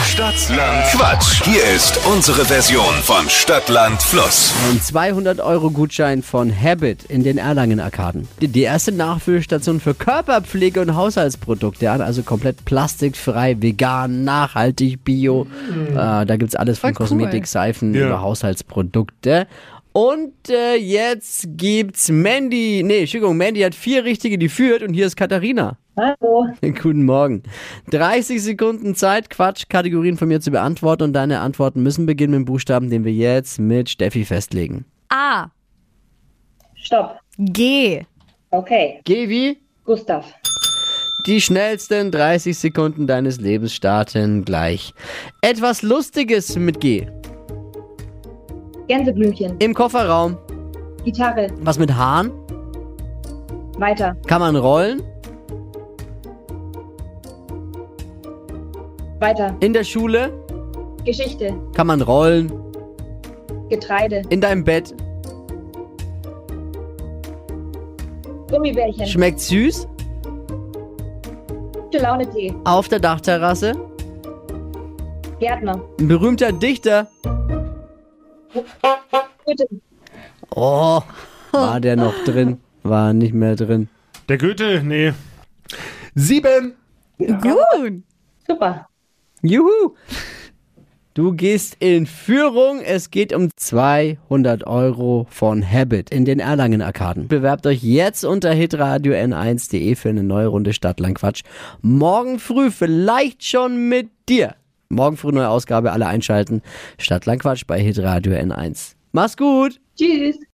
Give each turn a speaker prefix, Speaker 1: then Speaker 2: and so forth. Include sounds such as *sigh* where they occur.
Speaker 1: Stadtland Quatsch. Hier ist unsere Version von Stadtland Fluss.
Speaker 2: Ein 200-Euro-Gutschein von Habit in den Erlangen-Arkaden. Die- Die erste Nachfüllstation für Körperpflege und Haushaltsprodukte an, also komplett plastikfrei, vegan, nachhaltig, bio. Äh, da gibt's alles von
Speaker 3: Mhm. Voll cool.
Speaker 2: Kosmetik, Seifen
Speaker 4: Ja.
Speaker 2: über Haushaltsprodukte. Und äh, jetzt gibt's Mandy. Nee, Entschuldigung, Mandy hat vier richtige, die führt. Und hier ist Katharina. *laughs*
Speaker 5: Hallo.
Speaker 2: Guten Morgen. 30 Sekunden Zeit, Quatsch, Kategorien von mir zu beantworten und deine Antworten müssen beginnen mit dem Buchstaben, den wir jetzt mit Steffi festlegen.
Speaker 3: A.
Speaker 5: Stopp.
Speaker 3: G.
Speaker 5: Okay.
Speaker 2: Geh wie?
Speaker 5: Gustav.
Speaker 2: Die schnellsten 30 Sekunden deines Lebens starten gleich. Etwas Lustiges mit G.
Speaker 5: Gänseblümchen.
Speaker 2: Im Kofferraum.
Speaker 5: Gitarre.
Speaker 2: Was mit Hahn?
Speaker 5: Weiter.
Speaker 2: Kann man rollen?
Speaker 5: Weiter.
Speaker 2: In der Schule?
Speaker 5: Geschichte.
Speaker 2: Kann man rollen?
Speaker 5: Getreide.
Speaker 2: In deinem Bett?
Speaker 5: Gummibärchen.
Speaker 2: Schmeckt süß?
Speaker 5: Gute Laune Tee.
Speaker 2: Auf der Dachterrasse?
Speaker 5: Gärtner.
Speaker 2: Ein berühmter Dichter?
Speaker 5: Gute.
Speaker 2: Oh, war der noch drin? War nicht mehr drin.
Speaker 4: Der Goethe, nee. Sieben.
Speaker 3: Gut.
Speaker 5: Super.
Speaker 2: Juhu! Du gehst in Führung. Es geht um 200 Euro von Habit in den Erlangen-Arkaden. Bewerbt euch jetzt unter hitradio n1.de für eine neue Runde Stadtlandquatsch. Morgen früh vielleicht schon mit dir. Morgen früh neue Ausgabe, alle einschalten. Stadtlandquatsch bei hitradio n1. Mach's gut!
Speaker 5: Tschüss.